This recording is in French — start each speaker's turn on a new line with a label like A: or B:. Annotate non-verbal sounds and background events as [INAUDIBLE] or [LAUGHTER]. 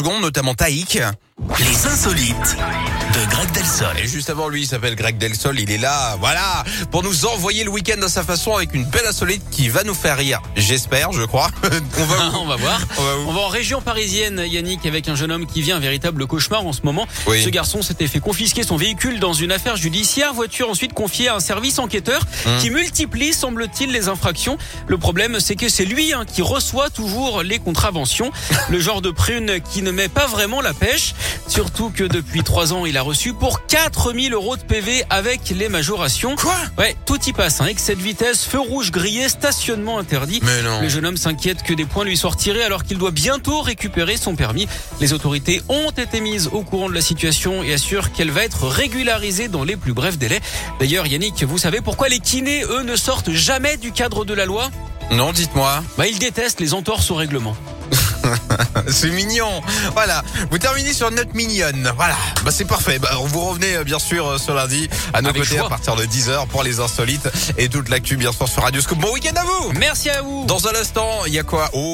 A: secondes, notamment Taïk.
B: Les insolites de Greg Delsol.
A: Et juste avant lui, il s'appelle Greg Delsol, il est là, voilà, pour nous envoyer le week-end à sa façon avec une belle insolite qui va nous faire rire. J'espère, je crois. [LAUGHS] On va où
C: [LAUGHS] On va voir.
A: On va où
C: On va en région parisienne, Yannick, avec un jeune homme qui vit un véritable cauchemar en ce moment.
A: Oui.
C: Ce garçon s'était fait confisquer son véhicule dans une affaire judiciaire, voiture ensuite confiée à un service enquêteur
A: Hum.
C: qui multiplie, semble-t-il, les infractions. Le problème, c'est que c'est lui hein, qui reçoit toujours
A: [LAUGHS]
C: les contraventions, le genre de prune qui ne met pas vraiment la pêche. Surtout que depuis trois ans, il a reçu pour 4000 euros de PV avec les majorations.
A: Quoi
C: Ouais, tout y passe. Hein. Excès de vitesse, feu rouge grillé, stationnement interdit.
A: Mais non.
C: Le jeune homme s'inquiète que des points lui soient retirés alors qu'il doit bientôt récupérer son permis. Les autorités ont été mises au courant de la situation et assurent qu'elle va être régularisée dans les plus brefs délais. D'ailleurs, Yannick, vous savez pourquoi les kinés, eux, ne sortent jamais du cadre de la loi
A: Non, dites-moi. [LAUGHS]
C: Bah, ils détestent les entorses au règlement.
A: C'est mignon. Voilà. Vous terminez sur une note mignonne. Voilà. Bah, c'est parfait. Bah, vous revenez, euh, bien sûr, euh, ce lundi à nos
C: Avec
A: côtés
C: joie.
A: à partir de 10h pour les insolites et toute l'actu, bien sûr, sur Radio Scoop. Bon week-end à vous!
C: Merci à vous
A: Dans un instant, il y a quoi? Oh.